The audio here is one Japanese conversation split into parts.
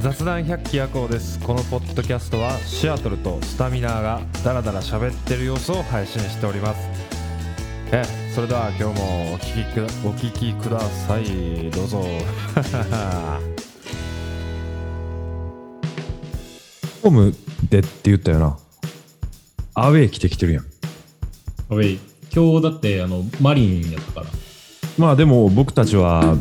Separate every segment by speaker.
Speaker 1: 雑談百鬼夜行ですこのポッドキャストはシアトルとスタミナーがダラダラ喋ってる様子を配信しておりますえそれでは今日もお聞きくだお聞きくださいどうぞ
Speaker 2: ホームでって言ったよな。アウェー着てきてるやん。
Speaker 3: やべえ今日だってあのマリンやったから
Speaker 2: まあでも僕たちは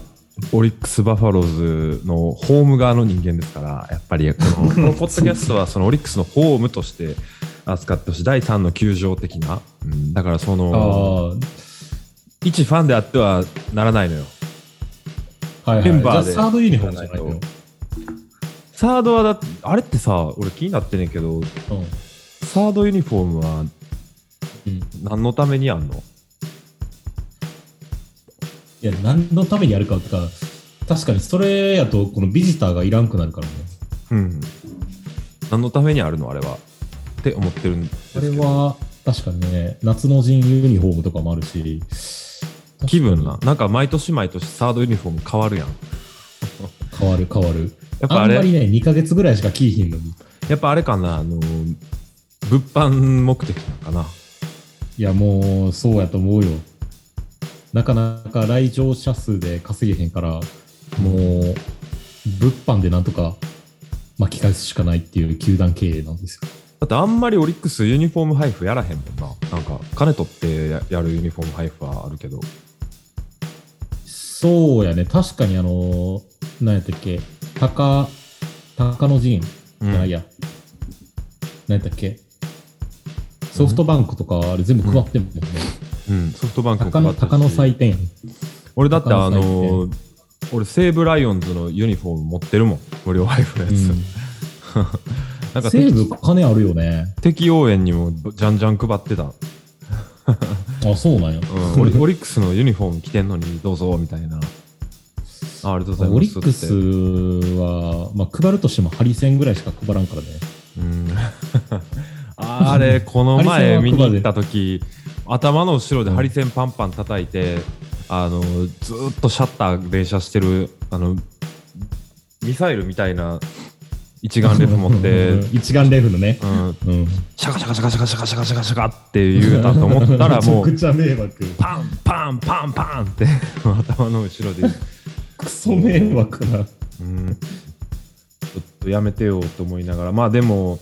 Speaker 2: オリックス・バファローズのホーム側の人間ですから、やっぱりこのこのポッドキャストはそのオリックスのホームとして扱ってほしい。第3の球場的な。うんだからその、
Speaker 3: あ
Speaker 2: 一ファンであってはならないのよ。
Speaker 3: あはい
Speaker 2: メ
Speaker 3: は
Speaker 2: ン
Speaker 3: いじゃ
Speaker 2: バー
Speaker 3: あ
Speaker 2: で
Speaker 3: サードユニフォームじゃないの
Speaker 2: やらないサードはだって、あれってさ、俺気になってんねんけど、
Speaker 3: うん
Speaker 2: サードユニフォームは
Speaker 3: うんい
Speaker 2: 何のためにあんの
Speaker 3: や何のためにやるかってか確かにそれやとこのビジターがいらんくなるからね
Speaker 2: うん。何のためにあるのあれは。って思ってるんです
Speaker 3: こ
Speaker 2: け
Speaker 3: れ
Speaker 2: ど。
Speaker 3: は確かにね夏の陣ユニフォームとかもあるし
Speaker 2: 気分な。なんか毎年毎年サードユニフォーム変わるやん。
Speaker 3: 変わる変わる
Speaker 2: やっぱ
Speaker 3: あ
Speaker 2: あ
Speaker 3: んま
Speaker 2: れ、
Speaker 3: りね2ヶ月ぐらいしか着いひんのに
Speaker 2: やっぱあれかな、あの、物販目的なんかな。
Speaker 3: いやもうそうやと思うよなかなか来場者数で稼げへんからもう物販でなんとか巻き返すしかないっていう球団経営なんですよ
Speaker 2: だってあんまりオリックスユニフォーム配布やらへんもんな。なんか、金取ってややるユニフォーム配布はあるけど。
Speaker 3: そうやね確かにあの何やったっけ高高野陣
Speaker 2: う
Speaker 3: いやい
Speaker 2: ん、
Speaker 3: や何やったっけソフトバンクとかあれ全部配ってんもんね、
Speaker 2: うんソフトバンクも
Speaker 3: 高
Speaker 2: 変わ
Speaker 3: 野
Speaker 2: ったし
Speaker 3: 高野祭典
Speaker 2: 俺だってあ
Speaker 3: 高野
Speaker 2: の、俺西武ライオンズのユニフォーム持ってるもん。無料配布のやつ。なんか
Speaker 3: 西
Speaker 2: 敵
Speaker 3: 武金あるよね
Speaker 2: 敵応援にもじゃんじゃん配ってた。
Speaker 3: あそうなんや、
Speaker 2: うん、オリオリックスのユニフォーム着てんのにどうぞみたいな。あありがとうございます。
Speaker 3: オリックスは、まあ、配るとしてもハリセンぐらいしか配らんからね。
Speaker 2: うん、あれ、この
Speaker 3: ハリ
Speaker 2: 前
Speaker 3: センは配
Speaker 2: 見
Speaker 3: る
Speaker 2: に行った時頭の後ろでハリセンパンパン叩いて、あのずーっとシャッター連射してるあのミサイルみたいな一眼レフ持って、
Speaker 3: うん 一眼レフのね。
Speaker 2: うん、
Speaker 3: うん。
Speaker 2: シャカシャカシャカシャカシャカシャカシャカシャカって言うたと思ったらもう
Speaker 3: めちゃくちゃ迷惑。
Speaker 2: パンパンパンパンって頭の後ろで、
Speaker 3: クソ迷惑な。
Speaker 2: うん、ちょっとやめてよと思いながらまあでも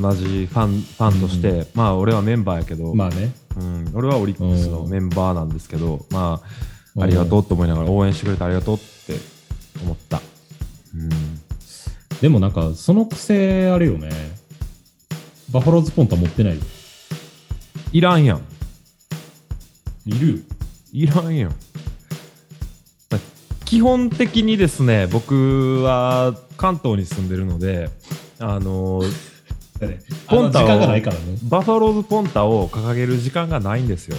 Speaker 2: 同じファンファンとして、まあ俺はメンバーやけど、
Speaker 3: まあね。
Speaker 2: うん、俺はオリックスのメンバーなんですけど、ま
Speaker 3: うん
Speaker 2: あ、ありがとうと思いながら応援してくれてありがとうって思った。うん、
Speaker 3: でもなんか、そのくせあれよね。バファローズポンタ持ってないよ。
Speaker 2: いらんやん。
Speaker 3: いる
Speaker 2: いらんやん。基本的にですね、僕は関東に住んでるので、あのポ
Speaker 3: ポ
Speaker 2: ン
Speaker 3: ン
Speaker 2: タ
Speaker 3: タ
Speaker 2: を
Speaker 3: 時間がないからね。
Speaker 2: バファローズポンタを掲げる時間がないんですよ。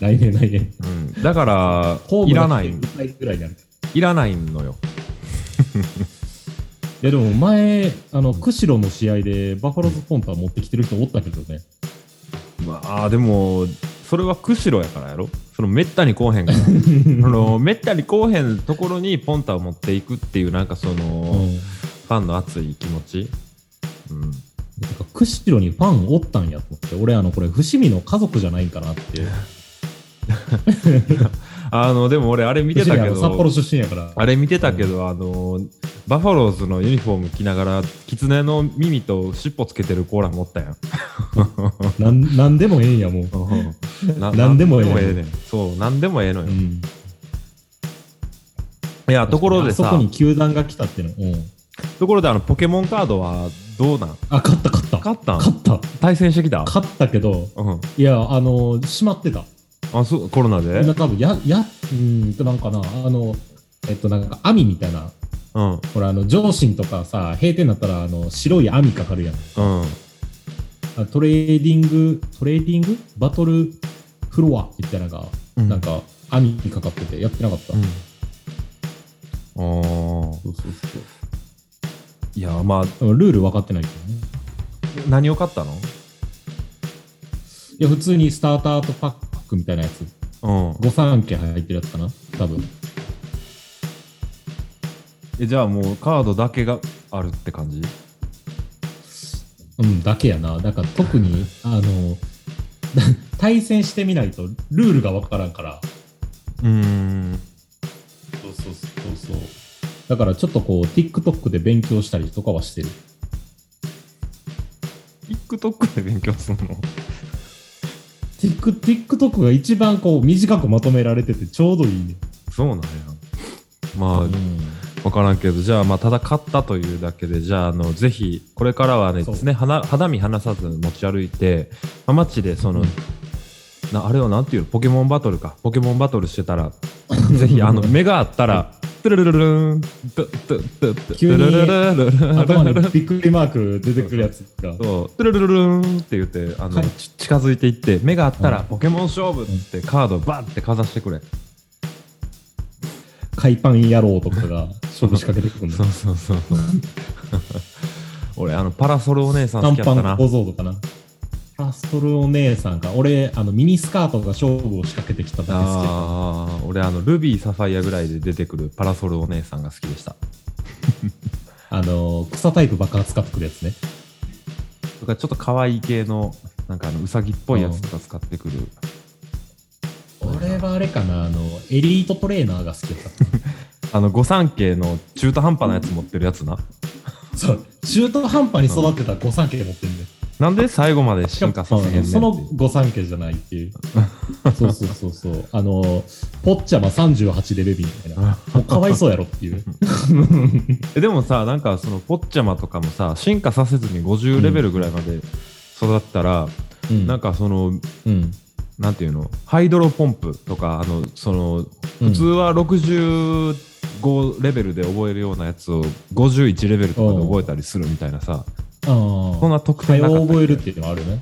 Speaker 3: 来年来年。
Speaker 2: うん、だから
Speaker 3: ホー、ム
Speaker 2: いらない、
Speaker 3: だってぐらいになる。
Speaker 2: いらないのよ。
Speaker 3: いやでも前、あの、釧路の試合でバファローズポンタ持ってきてる人おったけどね。
Speaker 2: まあでもそれは釧路やからやろそのめったにこうへ んからそのめったにこうへんところにポンタを持っていくっていうなんかその、フ
Speaker 3: うん
Speaker 2: ァンの熱い気持ち、うん、
Speaker 3: なんか釧路にファンおったんやと思って俺あのこれ伏見の家族じゃないんかなって
Speaker 2: あのでも俺あれ見てたけ
Speaker 3: 伏見あの札
Speaker 2: ど
Speaker 3: 幌出身やから
Speaker 2: あれ見てたけど、あのバファローズのユニフォーム着ながら狐の耳と尻尾つけてるコーラ持ったやん
Speaker 3: なんなんでもええんやもう、
Speaker 2: な
Speaker 3: なんでもええねん
Speaker 2: なんねんそうなんでもええのよ、
Speaker 3: う
Speaker 2: い
Speaker 3: ん、
Speaker 2: やところで
Speaker 3: あ
Speaker 2: さ
Speaker 3: そこに球団が来たっていうの、うん、
Speaker 2: ところであのポケモンカードはどうなん
Speaker 3: あ勝った勝った
Speaker 2: 勝ったん
Speaker 3: 勝った
Speaker 2: 対戦してきた
Speaker 3: 勝ったけど
Speaker 2: うん
Speaker 3: いやあの閉まってた
Speaker 2: あ、そう、コロナで
Speaker 3: 今多分ややうーんとなんかなあのえっとなんか網みたいな
Speaker 2: うん、
Speaker 3: ほらあの上信とかさ閉店になったらあの白い網かかるやん
Speaker 2: うん。
Speaker 3: あトレーディングトレーディングバトルフロアみたいなのが
Speaker 2: うん
Speaker 3: なんか網にかかっててやってなかった、
Speaker 2: うん。あ
Speaker 3: そうそうそ
Speaker 2: ーいや、まあ、
Speaker 3: うルール分かってないけどね
Speaker 2: 何を買ったの
Speaker 3: いや普通にスターターとパックみたいなやつ
Speaker 2: うん。
Speaker 3: 御三家入ってるやつかな多分
Speaker 2: えじゃあもうカードだけがあるって感じ
Speaker 3: うん、だけやな。だから特に、あの、 対戦してみないとルールがわからんから。
Speaker 2: うん
Speaker 3: そうそうそうそう。だからちょっとこう、TikTok で勉強したりとかはしてる。
Speaker 2: TikTok で勉強するの
Speaker 3: Tik- TikTok が一番こう、短くまとめられててちょうどいいね。
Speaker 2: そうなんやまあ分からんけどじゃあまあただ買ったというだけでじゃああのぜひこれからはね
Speaker 3: そう
Speaker 2: ですね肌肌身離さず持ち歩いて、まあ、街でその、
Speaker 3: うん
Speaker 2: なあれはなんていうのポケモンバトルかポケモンバトルしてたらぜひあの目があったらトゥルルルルーントゥトゥトゥトゥ
Speaker 3: 急に
Speaker 2: トゥルルルルルル
Speaker 3: 頭にびっくりマーク出てくるやつが。
Speaker 2: そうトゥルルルルーンって言ってあの、
Speaker 3: はい
Speaker 2: ち近づいていって目があったら
Speaker 3: うん
Speaker 2: ポケモン勝負っつってカードバンってかざしてくれ、
Speaker 3: 海パン野郎とかが勝負仕掛けてくるん
Speaker 2: そ
Speaker 3: だ
Speaker 2: う。そうそうそう俺あのパラソルお姉さん好
Speaker 3: 短
Speaker 2: きやっ
Speaker 3: パ
Speaker 2: た
Speaker 3: ン
Speaker 2: な
Speaker 3: 小僧とかな。パストルお姉さんか。俺、あの、ミニスカートが勝負を仕掛けてきただけ好きや
Speaker 2: ああ俺あのルビーサファイアぐらいで出てくるパラソルお姉さんが好きでした
Speaker 3: あの、草タイプばっか使ってくるやつね。
Speaker 2: とかちょっと可愛い系のなんかあのウサギっぽいやつとか使ってくる
Speaker 3: 俺はあれかな、あの、エリートトレーナーが好きだった。
Speaker 2: あの御三家の中途半端なやつ持ってるやつな
Speaker 3: そう、中途半端に育てた御三家持ってるんで。
Speaker 2: なんで最後まで進化させへんねんってい
Speaker 3: そうの御三家じゃないっていう。そうそうそうそう。 あの、ポッチャマ38レベルみたいな。もうかわいそうやろっていう。
Speaker 2: えでもさなんかそのポッチャマとかもさ進化させずに50レベルぐらいまで育ったら、
Speaker 3: う ん
Speaker 2: なんかその
Speaker 3: うん。
Speaker 2: なんていうのハイドロポンプとかあのその
Speaker 3: うん
Speaker 2: 普通は65レベルで覚えるようなやつを51レベルとかで覚えたりするみたいなさ、
Speaker 3: ああ。
Speaker 2: そんな特
Speaker 3: 早
Speaker 2: 典なかった
Speaker 3: う
Speaker 2: り
Speaker 3: 覚えるっていうのはあるね。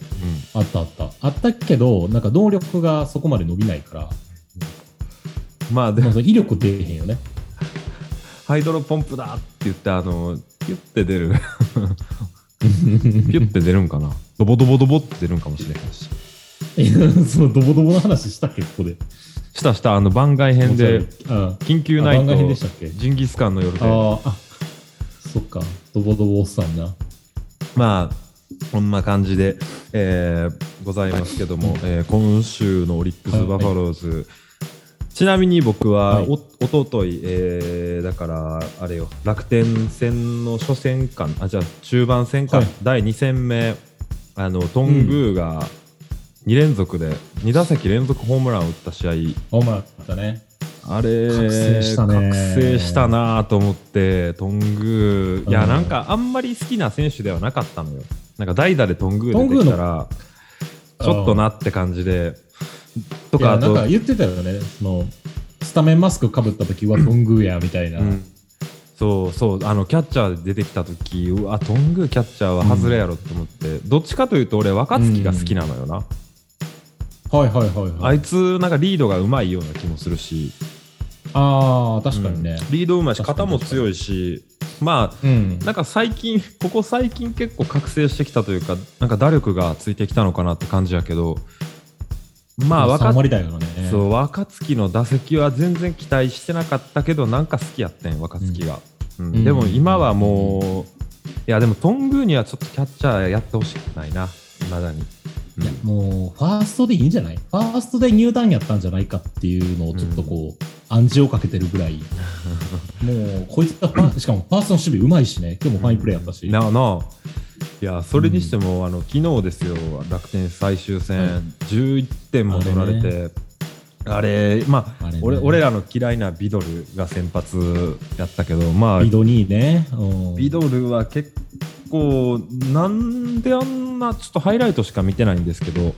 Speaker 3: あったあった。あったけど、なんか能力がそこまで伸びないから、
Speaker 2: うん、まあで
Speaker 3: まあ、
Speaker 2: も
Speaker 3: その威力出えへんよね。
Speaker 2: ハイドロポンプだって言ってあのピュッて出 るピュッて出るんかなドボドボドボって出るんかもしれへんし
Speaker 3: いやそのドボドボの話したっけ、ここで。
Speaker 2: したしたあの番外編で
Speaker 3: あ
Speaker 2: 緊急
Speaker 3: あ
Speaker 2: ナイ
Speaker 3: 番
Speaker 2: ト
Speaker 3: 外編でしたっけ
Speaker 2: ジンギスカンの夜で
Speaker 3: あーあ、そっか。ドボドボおっさんな。
Speaker 2: まあこんな感じで、えーございますけども、えー今週のオリックス・
Speaker 3: はい
Speaker 2: バファローズ、ちなみに僕は
Speaker 3: はい
Speaker 2: お,、ととい、えーだからあれよ楽天戦の初戦かあじゃあ中盤戦か、
Speaker 3: はい
Speaker 2: 第2戦目あのトングーが2連続で、2打席連続ホームランを打った試合
Speaker 3: お前だったね。
Speaker 2: あれ
Speaker 3: 覚醒したね
Speaker 2: 覚醒したなと思ってトングーいや、
Speaker 3: うん
Speaker 2: なんかあんまり好きな選手ではなかったのよなんか代打でトングー出てきたらち
Speaker 3: トングーの
Speaker 2: ょっとなって感じでと
Speaker 3: いや
Speaker 2: かあ
Speaker 3: なん
Speaker 2: と
Speaker 3: か言ってたよね。その、スタメンマスクかぶった時はトングーや、みたいな。
Speaker 2: うんそうそうあのキャッチャーで出てきた時うわトングーキャッチャーは外れやろと思って、どっちかというと俺若月が好きなのよな、
Speaker 3: はいはいはいは
Speaker 2: あ
Speaker 3: い。
Speaker 2: いつなんかリードがうまいような気もするし
Speaker 3: ああ、確かにね。
Speaker 2: うんリードうまいし
Speaker 3: 確か
Speaker 2: 肩
Speaker 3: に
Speaker 2: も強いしまあ
Speaker 3: うん。
Speaker 2: なんか最近、 ここ最近結構覚醒してきたというか、なんか打力がついてきたのかなって感じやけど、まあ
Speaker 3: 3
Speaker 2: 若
Speaker 3: 割だよね。
Speaker 2: そう若月の打席は全然期待してなかったけど、なんか好きやってん、若月が。うん
Speaker 3: うん
Speaker 2: でも今はもう、いや、でも頓宮にはちょっとキャッチャーやってほしくないな、いまだに。うん
Speaker 3: いや、もう、ファーストでいいんじゃないファーストで入団やったんじゃないかっていうのをちょっとこう、暗示をかけてるぐらい。もう、こいつが ファー、しかもファーストの守備うまいしね、今日もファインプレーやったし。
Speaker 2: なあなあいやそれにしても、あの昨日ですよ楽天最終戦、
Speaker 3: うん
Speaker 2: 11点も取られてあれ,、まあ
Speaker 3: あれね
Speaker 2: 俺俺らの嫌いなビドルが先発やったけどまあ
Speaker 3: ビドニーね。うん
Speaker 2: ビドルは結構なんであんなちょっとハイライトしか見てないんですけど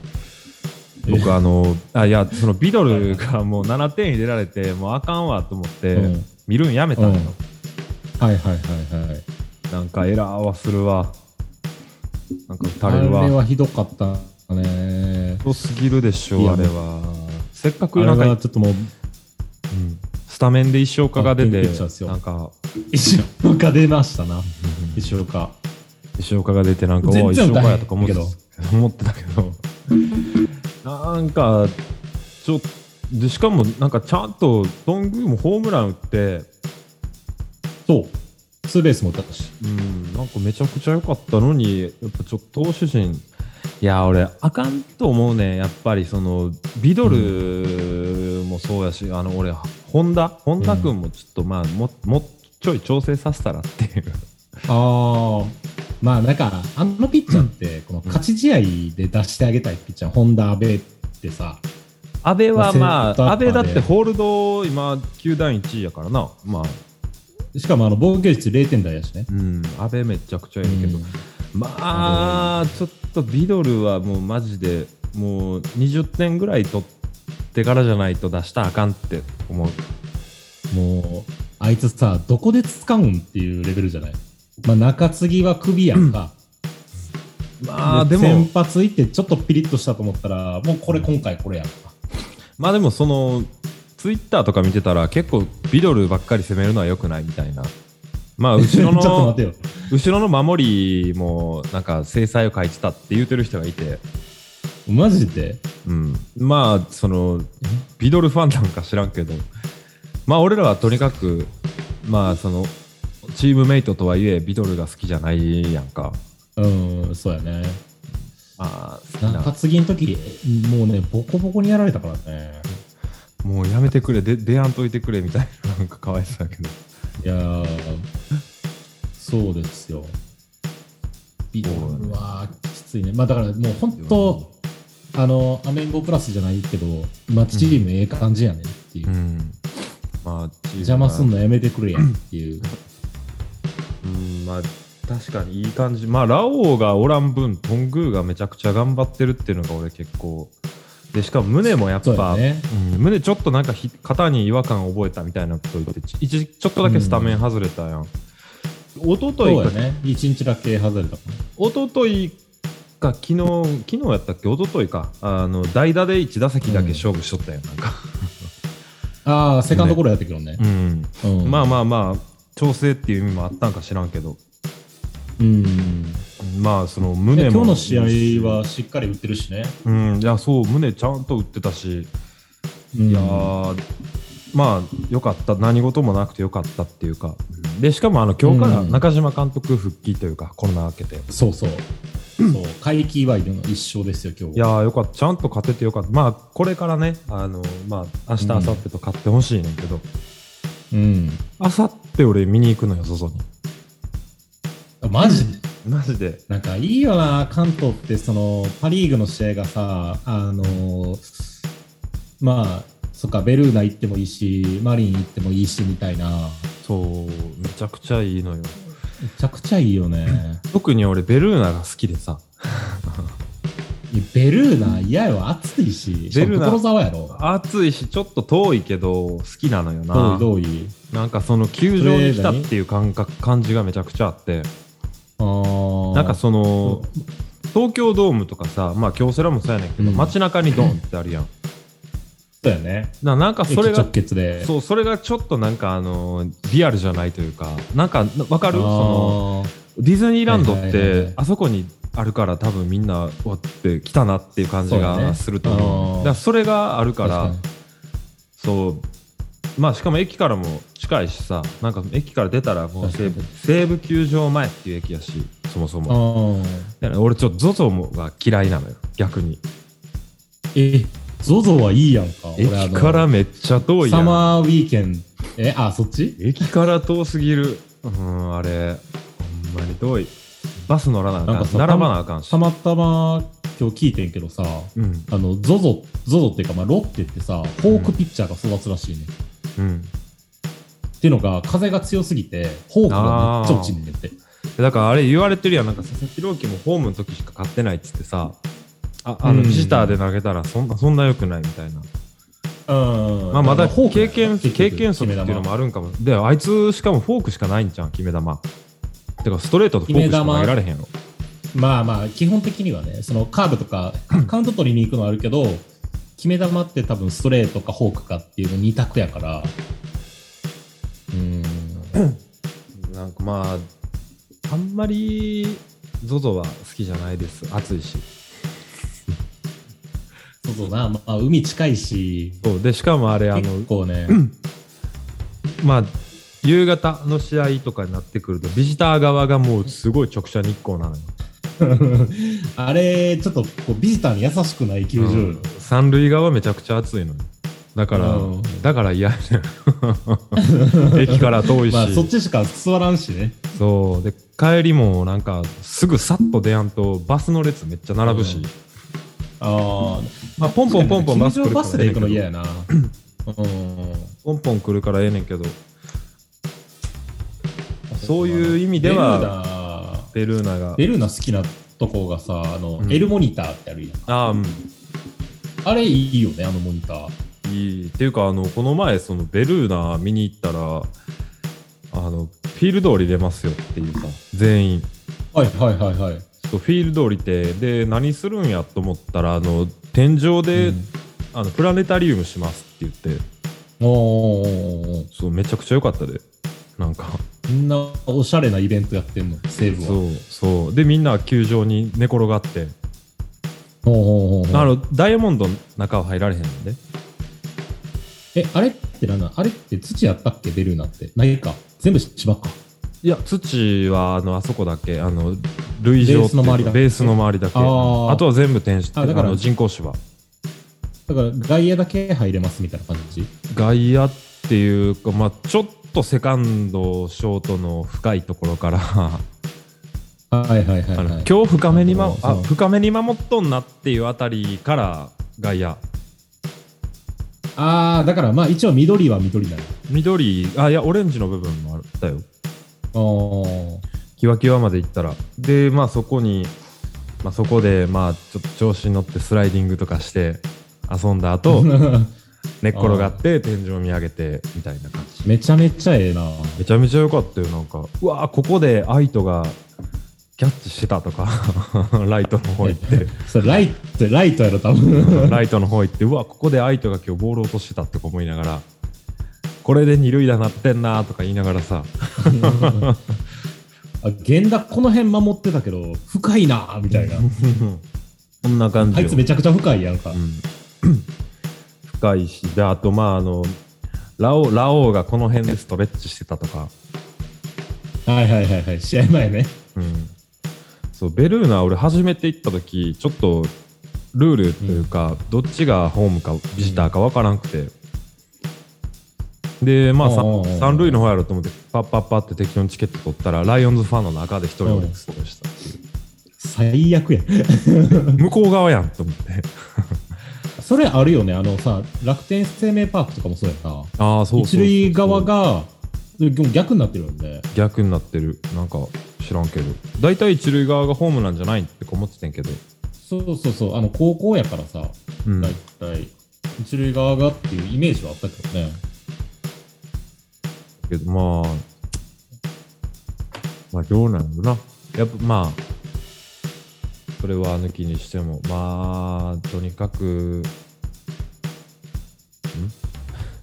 Speaker 2: 僕あのあいやそのビドルがもう7点入れられてもうあかんわと思って、
Speaker 3: うん
Speaker 2: 見るんやめたのよ、
Speaker 3: うんはいはいはいはい。
Speaker 2: なんかエラーはするわなんか
Speaker 3: あ
Speaker 2: 打たれ
Speaker 3: れ
Speaker 2: るわ
Speaker 3: はひどかったね。
Speaker 2: 良すぎるでしょ、
Speaker 3: いうや
Speaker 2: あれは。せっか
Speaker 3: あ
Speaker 2: く
Speaker 3: れ
Speaker 2: なんか、
Speaker 3: はちょっともう、
Speaker 2: うんスタメンで石岡が出
Speaker 3: あ
Speaker 2: て
Speaker 3: ピンチなんです、よ
Speaker 2: なんか、
Speaker 3: 石岡出ましたな。石岡。
Speaker 2: 石岡が出て、なんか、
Speaker 3: 全
Speaker 2: おい
Speaker 3: 然
Speaker 2: 石岡
Speaker 3: 大変
Speaker 2: やとか思ってた
Speaker 3: だ
Speaker 2: 思ってたけど、なんか、ちょでしかも、なんか、ちゃんと、頓宮もホームラン打って、
Speaker 3: そう。ツーベースも打ったし。
Speaker 2: うん、なんかめちゃくちゃ良かったのに、やっぱちょっと投手陣、いや、俺、あかんと思うね、やっぱり、その、ビドルもそうやし、あの、俺、本田、本田君もちょっと、まあ、ももうちょい調整させたらっていう。
Speaker 3: ああ。まあ、だから、あのピッチャーって、この勝ち試合で出してあげたいピッチャー、ホンダ、アベってさ、
Speaker 2: 安倍はま
Speaker 3: ま
Speaker 2: あ、
Speaker 3: あ
Speaker 2: 安
Speaker 3: セ
Speaker 2: 倍
Speaker 3: ンタ
Speaker 2: だ
Speaker 3: ーで
Speaker 2: ってホールド、今、球団1位やからな、まあ、
Speaker 3: しかもあの防御率0点台だしね。
Speaker 2: うん、安倍めちゃくちゃいいけど、
Speaker 3: うん
Speaker 2: まあ、ちょっとビドルはもうマジで、もう20点ぐらい取ってからじゃないと出したらあかんって思う。
Speaker 3: もう、あいつさ、どこで使うんっていうレベルじゃない。まあ、中継ぎは首やんか。
Speaker 2: まあ、でも
Speaker 3: 先、発行ってちょっとピリッとしたと思ったら、もうこれ今回これやんか。
Speaker 2: まあでもその、ツイッターとか見てたら結構ビドルばっかり攻めるのは良くないみたいな。ま あ、後ろ
Speaker 3: ちょっと待
Speaker 2: の
Speaker 3: て、よ。
Speaker 2: 後ろの守りもなんか制裁を書いてたって言うてる人がいて、
Speaker 3: マジで
Speaker 2: うん、まあそのビドルファンなんか知らんけどまあ俺らはとにかくまあそのチームメイトとはいえビドルが好きじゃないやんか
Speaker 3: うん、そうやね。
Speaker 2: まあ好き
Speaker 3: 中
Speaker 2: な
Speaker 3: 継ぎの時、もうね、ボコボコにやられたからね。
Speaker 2: もうやめてくれで出やんといてくれみたいななんかかわいそうやけど
Speaker 3: いやー、そうですよ。ビドルはきついね。まあだからもう本当、あの、アメンボプラスじゃないけど、まあチームええ感じやねっていう。
Speaker 2: うんまあチームが
Speaker 3: 邪魔すんのやめてくれやっていう。
Speaker 2: うんまあ確かにいい感じまあラオウがおらん分トングーがめちゃくちゃ頑張ってるっていうのが俺結構でしかも胸もやっ
Speaker 3: そうや
Speaker 2: ぱ
Speaker 3: ね。
Speaker 2: うん、胸ちょっとなんかひ肩に違和感を覚えたみたいなこと言ってち一時ちょっとだけスタメン外れたやん、一昨
Speaker 3: そう
Speaker 2: 日
Speaker 3: や
Speaker 2: か、
Speaker 3: ね。一日だけ外れたかな。
Speaker 2: 一昨日か昨日昨日やったっけ一昨日かあの代打で1打席だけ勝負しとったやん、なんか、
Speaker 3: ああ、セカンドゴロやってくるね。
Speaker 2: うん、
Speaker 3: うん
Speaker 2: まあまあまあ調整っていう意味もあったんか知らんけど
Speaker 3: うん。
Speaker 2: まあその
Speaker 3: で
Speaker 2: 胸も
Speaker 3: 今日の試合はしっかり打ってるしね。
Speaker 2: うんいやそう胸ちゃんと打ってたし
Speaker 3: い
Speaker 2: いやーまあ良かった何事もなくて良かったっていうかでしかもあの今日から
Speaker 3: うん
Speaker 2: 中島監督復帰というか、コロナ明けて
Speaker 3: そうそう。 そう、怪奇祝いでの一勝ですよ、今
Speaker 2: い
Speaker 3: 日
Speaker 2: や
Speaker 3: は。
Speaker 2: ーよかったちゃんと勝ててよかったまあこれからねあのまあ明日
Speaker 3: うん
Speaker 2: 明後日と勝ってほしいねんけど、
Speaker 3: うん。
Speaker 2: 明後日俺見に行くのよ外に
Speaker 3: あマジ
Speaker 2: マジで
Speaker 3: なんかいいよな、関東って、その、パ・リーグの試合がさ、あのーまあ、そっか、ベルーナ行ってもいいし、マリン行ってもいいし、みたいな。
Speaker 2: そうめちゃくちゃいいのよ
Speaker 3: めちゃくちゃいいよね。
Speaker 2: 特に俺ベルーナが好きでさ
Speaker 3: いやベルーナ嫌よ、暑いし。
Speaker 2: ベルーナ
Speaker 3: しかも所沢やろ。
Speaker 2: 暑いしちょっと遠いけど好きなのよ
Speaker 3: どうい
Speaker 2: な
Speaker 3: どうい
Speaker 2: なんかその球場に来たっていう感覚感じがめちゃくちゃあって
Speaker 3: あー
Speaker 2: なんかその、東京ドームとかさ、まあ、京セラもそうやねんけど、
Speaker 3: うん
Speaker 2: 街中にドンってあるやん。
Speaker 3: そうやね。
Speaker 2: ななんかそれ
Speaker 3: 駅直
Speaker 2: が、
Speaker 3: 結で。
Speaker 2: そう、それがちょっとなんか、あのーリアルじゃないというか、なんか、なわかるその、
Speaker 3: あー
Speaker 2: ディズニーランドっ
Speaker 3: はいはいはいは
Speaker 2: て
Speaker 3: い、
Speaker 2: あそこにあるから、多分みんな、わって来たなっていう感じ
Speaker 3: そうだ
Speaker 2: が
Speaker 3: ね
Speaker 2: すると思う。
Speaker 3: あー
Speaker 2: だからそれがあるか
Speaker 3: 確
Speaker 2: ら
Speaker 3: に、
Speaker 2: そう、まあ、しかも駅からも近いしさ、なんか駅から出たら、もう西
Speaker 3: 確か
Speaker 2: 武、西武球場前っていう駅やし、そもそも。
Speaker 3: ああ。
Speaker 2: だから俺ちょっと ZOZO が嫌いなのよ逆に
Speaker 3: え、ゾゾはいいやんか。俺あ
Speaker 2: 駅
Speaker 3: の
Speaker 2: からめっちゃ遠いや
Speaker 3: サ
Speaker 2: ん
Speaker 3: マーウィーケンド。え、あ、そっち
Speaker 2: 駅から遠すぎるうんあれほんまに遠いバス乗らなあ
Speaker 3: なん
Speaker 2: か
Speaker 3: か
Speaker 2: ん
Speaker 3: さ
Speaker 2: 並ばなあかんした
Speaker 3: またま今日聞いてんけどさ、
Speaker 2: うん
Speaker 3: あの、ゾゾ、ゾゾっていうか、まあ、ロッテってさ、フォークピッチャーが育つらしいね。
Speaker 2: うん
Speaker 3: っていうのが、風が強すぎて、フォークがめっちゃ落ちんねんって。
Speaker 2: だからあれ言われてるやんなんか佐々木朗希もホームの時しか買ってないっつってさああの
Speaker 3: うん
Speaker 2: ビジターで投げたらそんなそんな良くないみたいな、
Speaker 3: うん。
Speaker 2: まあ、まだ
Speaker 3: フォーク
Speaker 2: 経験
Speaker 3: 結局
Speaker 2: 経験則っていう
Speaker 3: 決め
Speaker 2: の
Speaker 3: 球
Speaker 2: もあるんかもであいつしかもフォークしかないんじゃん決め球てかストレートとフォークしか投げられへんやろ
Speaker 3: まあまあ、基本的にはね、そのカーブ とか、カウント取りに行くのはあるけど、決め球って多分ストレートかフォークかっていうの二択やから、うん。
Speaker 2: なんかまあ、あんまり ZOZO は好きじゃないです。暑いし。
Speaker 3: そうそうな、まあ、海近いし、
Speaker 2: そうで、しかもあれ、あ
Speaker 3: 結
Speaker 2: の、
Speaker 3: 構ね、
Speaker 2: まあ、夕方の試合とかになってくると、ビジター側がもうすごい直射日光なのよ。
Speaker 3: あれ、ちょっとこうビジターに優しくない球場よ、
Speaker 2: 三塁側めちゃくちゃ暑いのよ。だから
Speaker 3: うん、
Speaker 2: だから嫌 だよ。駅から遠いし。
Speaker 3: まあ、そっちしか座らんしね。
Speaker 2: そうで帰りもなんかすぐさっと出やんとバスの列めっちゃ並ぶし、
Speaker 3: うんああ、
Speaker 2: まあ、ポンポンポンポンバス来
Speaker 3: 球場
Speaker 2: るか
Speaker 3: バ
Speaker 2: ら
Speaker 3: ス
Speaker 2: え
Speaker 3: で
Speaker 2: え
Speaker 3: 行くの
Speaker 2: ねんけ
Speaker 3: 嫌
Speaker 2: ど
Speaker 3: やな。うん。
Speaker 2: ポンポン来るからええねんけどそういう意味ではベルーナが
Speaker 3: ベルーナベルーナ好きなとこがさ、あの、
Speaker 2: うん
Speaker 3: エルモニターってあるやん。
Speaker 2: ああうん
Speaker 3: あれいいよね、あのモニター。
Speaker 2: いいっていうかあのこの前そのベルーナ見に行ったらあのフィールド降りれますよっていうさ全員
Speaker 3: はいはいはいはい。
Speaker 2: そうフィールド降りてで何するんやと思ったらあの天井で、
Speaker 3: うん
Speaker 2: あのプラネタリウムしますって言って
Speaker 3: おーおーおー
Speaker 2: そうめちゃくちゃ良かったでなんか
Speaker 3: みんなおしゃれなイベントやってんの、西武は。
Speaker 2: そうそうでみんな球場に寝転がって、
Speaker 3: おうおうおうおう
Speaker 2: あのダイヤモンドの中は入られへんねんで
Speaker 3: え、あれってなんなんあれって土やったっけ、ベルーナって。ないか。全部芝か。
Speaker 2: いや土はあのあそこだけあの類場っていうか
Speaker 3: ベースの周りだけ
Speaker 2: ベースの周りだけ
Speaker 3: あー
Speaker 2: あとは全部天使
Speaker 3: あだから
Speaker 2: あの人工芝
Speaker 3: だから外野だけ入れますみたいな感じ。
Speaker 2: 外野っていうかまあちょっとセカンドショートの深いところからあ
Speaker 3: はいはいはい、
Speaker 2: の
Speaker 3: はい。
Speaker 2: 今日深めに、ま
Speaker 3: そう
Speaker 2: あ深めに守っとんなっていうあたりから外野
Speaker 3: ああ、だからまあ一応緑は緑なの。
Speaker 2: 緑あいやオレンジの部分もあったよ
Speaker 3: おー
Speaker 2: キワキワまで行ったらでまあそこに、まあ、そこでまあちょっと調子に乗ってスライディングとかして遊んだ 後寝っ転がって天井見上げてみたいな感じ
Speaker 3: めちゃめちゃええな。
Speaker 2: めちゃめちゃ良かったよなんかうわーここでアイトがキャッチしてたとか ライトの方行って
Speaker 3: それライト、ライトやろ、多分。
Speaker 2: ライトの方行ってうわここでアイトが今日ボール落としてたとか思いながらこれで二塁打なってんなーとか言いながらさ
Speaker 3: あ、源田この辺守ってたけど、深いな、みたいな。
Speaker 2: こんな感じ
Speaker 3: あ
Speaker 2: よ
Speaker 3: いつめちゃくちゃ深いやんか。
Speaker 2: うん 深いしであとまああのラオラオウがこの辺でストレッチしてたとか、
Speaker 3: はいはいはいはい。試合前ね。
Speaker 2: うん、そうベルーナ俺初めて行った時ちょっとルールというか、どっちがホームかビジターか分からんくて、でまあさ
Speaker 3: おうおうおう
Speaker 2: 三塁の方やろうと思ってパッパッパって適当にチケット取ったらライオンズファンの中で一人オリックスでしたっていう
Speaker 3: 最悪や。
Speaker 2: 向こう側やんと思って
Speaker 3: それあるよね。あのさ、楽天生命パークとかもそうやな。
Speaker 2: ああそうそうそう
Speaker 3: 一塁側が、でも逆になってるよね。
Speaker 2: 逆になってるなんか知らんけど大体一塁側がホームなんじゃないって思っててんけど、
Speaker 3: そうそうそう。あの、高校やからさ、
Speaker 2: うん
Speaker 3: 大体、一塁側がっていうイメージはあったけどね。
Speaker 2: けどまあまあどうなんだろうなやっぱまあそれは抜きにしてもまあとにかくん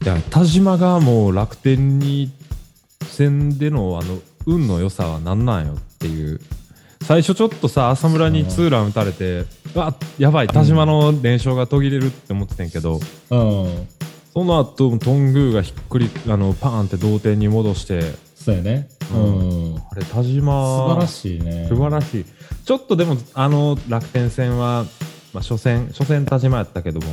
Speaker 2: いや田島がもう楽天に戦でのあの運の良さは何なんよっていう最初ちょっとさ浅村にツーラン打たれてあやばい田島の連勝が途切れるって思ってたんやけど、
Speaker 3: うん。
Speaker 2: その後トングーがひっくりあのパーンって同点に戻して
Speaker 3: そうやね。
Speaker 2: う
Speaker 3: うんん。
Speaker 2: あれ田島
Speaker 3: 素晴らしいね。
Speaker 2: 素晴らしいちょっとでもあの楽天戦は、まあ、初戦初戦田島やったけども、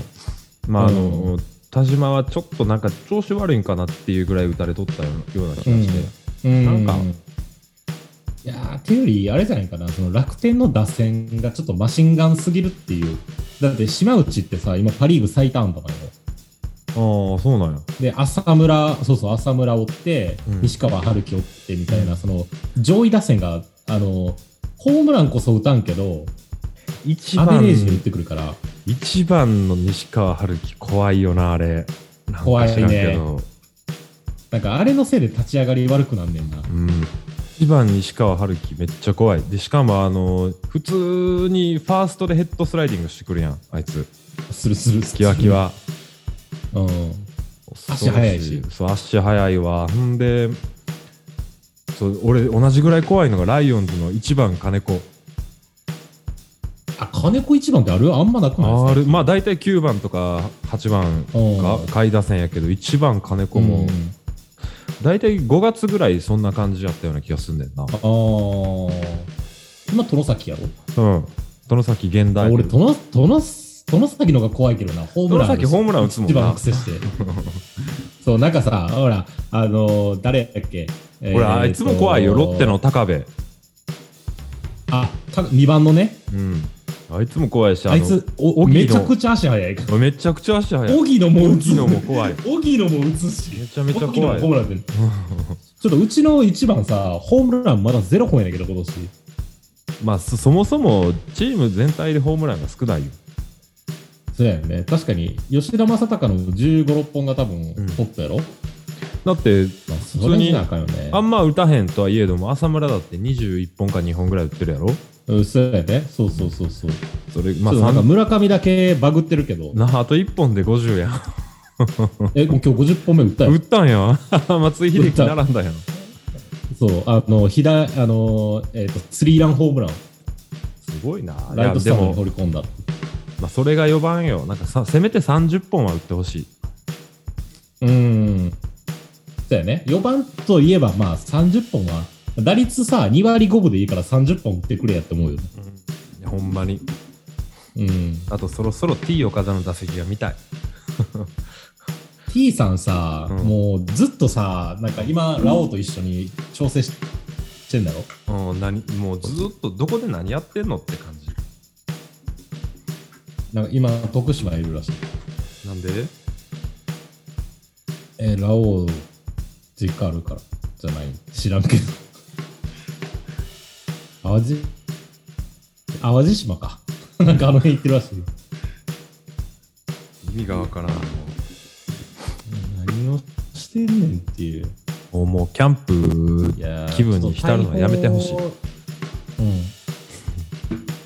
Speaker 2: まああの
Speaker 3: う
Speaker 2: 田島はちょっとなんか調子悪いんかなっていうぐらい打たれとったようなような気がして、
Speaker 3: うん。
Speaker 2: なんか
Speaker 3: いやー、ていうより、あれじゃないかな、その楽天の打線がちょっとマシンガンすぎるっていう。だって、島内ってさ、今パ・リーグ最多安打なのよ。
Speaker 2: ああそうなんや
Speaker 3: で、浅村、そうそう、浅村追って、
Speaker 2: うん
Speaker 3: 西川春樹追ってみたいな、その、上位打線が、あの、ホームランこそ打たんけど、
Speaker 2: 一
Speaker 3: アベ
Speaker 2: 番
Speaker 3: レージで打ってくるから、
Speaker 2: 一番の西川春樹怖いよなあれなんか
Speaker 3: 怖いね
Speaker 2: 知らんけど
Speaker 3: なんかあれのせいで立ち上がり悪くなんねんな。
Speaker 2: うん、1番西川春樹めっちゃ怖いでしかもあの普通にファーストでヘッドスライディングしてくるやんあいつ
Speaker 3: するするする。
Speaker 2: キワキ。ワ
Speaker 3: うん。足速いし
Speaker 2: そう足速いわほんでそう俺同じぐらい怖いのがライオンズの1番金子
Speaker 3: あ、金子一番ってあるあんまなくないですか
Speaker 2: あるまあ大体9番とか8番
Speaker 3: う
Speaker 2: か
Speaker 3: ん
Speaker 2: 下位打線やけど1番金子も
Speaker 3: うん
Speaker 2: 大体5月ぐらいそんな感じやったような気がすんねんな。
Speaker 3: ああ。今、殿崎やろ。
Speaker 2: うん。殿崎現代。
Speaker 3: 俺、殿、殿、殿崎のが怖いけどな。ホームラン。
Speaker 2: 殿崎ホームラン打つもん
Speaker 3: 一番
Speaker 2: な
Speaker 3: 覚。醒して。 そう、なんかさ、ほら、あのー誰だっけえー
Speaker 2: 俺、あいつも怖いよ。
Speaker 3: と
Speaker 2: ロッテの高部。
Speaker 3: あ、2番のね。
Speaker 2: うん。あいつも怖いし、
Speaker 3: あいつ、お
Speaker 2: 荻野
Speaker 3: めちゃくちゃ足速いから。
Speaker 2: のめちゃくちゃ足速い。
Speaker 3: オギノも打つ
Speaker 2: 荻野も怖い。
Speaker 3: オギノも打つし。
Speaker 2: めちゃめちゃ
Speaker 3: 大きな
Speaker 2: 怖い
Speaker 3: ホー。ムランで。 ちょっとうちの一番さ、ホームランまだゼロ本やねんけど、今年。
Speaker 2: まあ、そそもそもチーム全体でホームランが少ないよ。
Speaker 3: そうやよね。確かに、吉田正尚の15、6本が多分
Speaker 2: うん
Speaker 3: トップやろ。
Speaker 2: だって、
Speaker 3: まあ、それになんかよね。
Speaker 2: あんま打たへんとはいえども、浅村だって21本か2本ぐらい打ってるやろ
Speaker 3: うん、そうやね。そうそうそうそう。
Speaker 2: それ、まあ、
Speaker 3: ちょっとなんか
Speaker 2: 三
Speaker 3: 村上だけバグってるけど、
Speaker 2: なあと1本で50やん。
Speaker 3: え、もう今日50本目打ったよ
Speaker 2: 打っ。たん や。松井秀喜
Speaker 3: 打った
Speaker 2: 並んだやん。
Speaker 3: そう、あの、ひだ、あの、えっ、と、スリーランホームラン、
Speaker 2: すごいな。い
Speaker 3: ライ
Speaker 2: や
Speaker 3: トス
Speaker 2: で
Speaker 3: タンドに
Speaker 2: も
Speaker 3: 放、り込んだ。
Speaker 2: まあ、それが4番よ。なんかさ、せめて30本は打ってほしい。
Speaker 3: うーん。そうやね。4番といえば、まあ、30本は、打率さ、2割5分でいいから30本打ってくれやって思うよね。
Speaker 2: いやほんまに。
Speaker 3: うん。
Speaker 2: あと、そろそろ T 岡田の打席が見たい。
Speaker 3: T さんさ、
Speaker 2: うん
Speaker 3: もうずっとさ、なんか今、ラオウと一緒に調整ししてんだろ
Speaker 2: うん、何もうずっとどこで何やってんのって感じ。
Speaker 3: なんか今、徳島いるらしい。
Speaker 2: なんで
Speaker 3: えーラオウ、実家あるから、じゃない。知らんけど。淡路、淡路島か。 なんかあの辺行ってるらしい。
Speaker 2: 意味がわからん。
Speaker 3: 何をしてんねんっていう。
Speaker 2: もうもうキャンプ
Speaker 3: いやー
Speaker 2: 気分に浸るのはやめてほしい
Speaker 3: ちょっと大砲うん。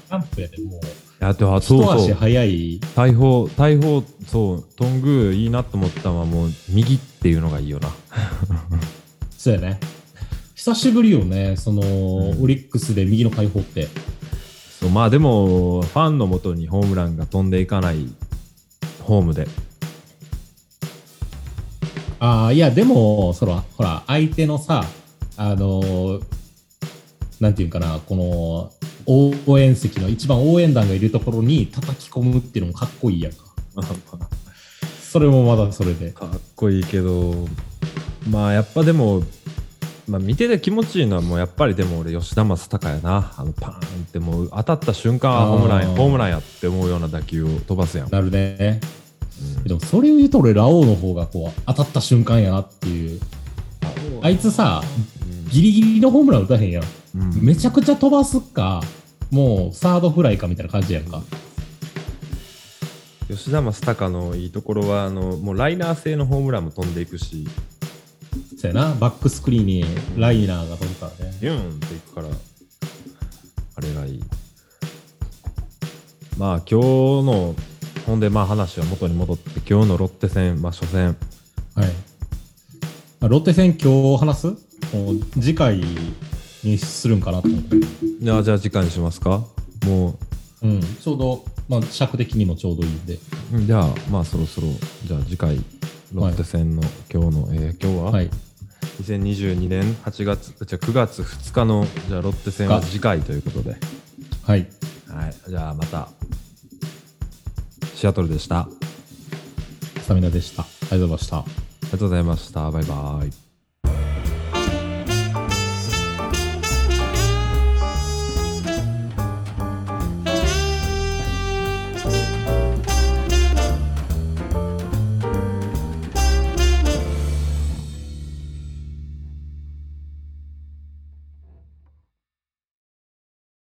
Speaker 3: キャンプやで、もう、
Speaker 2: あとはそう
Speaker 3: 一
Speaker 2: そ
Speaker 3: 足
Speaker 2: う
Speaker 3: 早い。
Speaker 2: 大砲大砲そうトングいいなと思ったのはもう右っていうのがいいよな
Speaker 3: そうやね。久しぶりよね、その、
Speaker 2: ん
Speaker 3: オリックスで右の解放って。
Speaker 2: そうまあでもファンのもとにホームランが飛んでいかないホームで
Speaker 3: ああ、いや、でも、その、ほら、相手のさ、あのーなんていうんかな、この、応援席の一番応援団がいるところに叩き込むっていうのもかっこいいやんか。それもまだそれで。
Speaker 2: かっこいいけどまあやっぱでも、まあ、見てて気持ちいいのはもうやっぱりでも俺吉田正尚やなあのパーンってもう当たった瞬間
Speaker 3: あー
Speaker 2: ホームランやホームランやって思うような打球を飛ばすやん、
Speaker 3: なるね。でも、それを言うと俺、ラオウの方がこう、当たった瞬間やなっていう。あいつさ、ギリギリのホームラン打たへんやん。
Speaker 2: うん
Speaker 3: めちゃくちゃ飛ばすか、もうサードフライかみたいな感じやんか。
Speaker 2: 吉田正尚のいいところはあのもうライナー性のホームランも飛んでいくし
Speaker 3: そうやな、バックスクリーンにライナーが飛ぶからね。
Speaker 2: ビューンっていくからあれがいいまあ今日のほんでまあ話は元に戻って今日のロッテ戦まあ初戦
Speaker 3: はい。あロッテ戦今日話すもう次回にするんかなと思って。
Speaker 2: じゃあじゃあ時間にしますかも
Speaker 3: うん。ちょうど、まあ、尺的にもちょうどいいんで。
Speaker 2: うじゃあまあそろそろじゃあ次回ロッテ戦の今日の、えー今日
Speaker 3: は。
Speaker 2: はい2022年8月じゃあ9月2日のじゃあロッテ戦は次回ということで
Speaker 3: はい。
Speaker 2: はいじゃあまたシアトルでしたあ
Speaker 3: スタミナでした。ありがとうございました。
Speaker 2: りがとうございましたバイバイ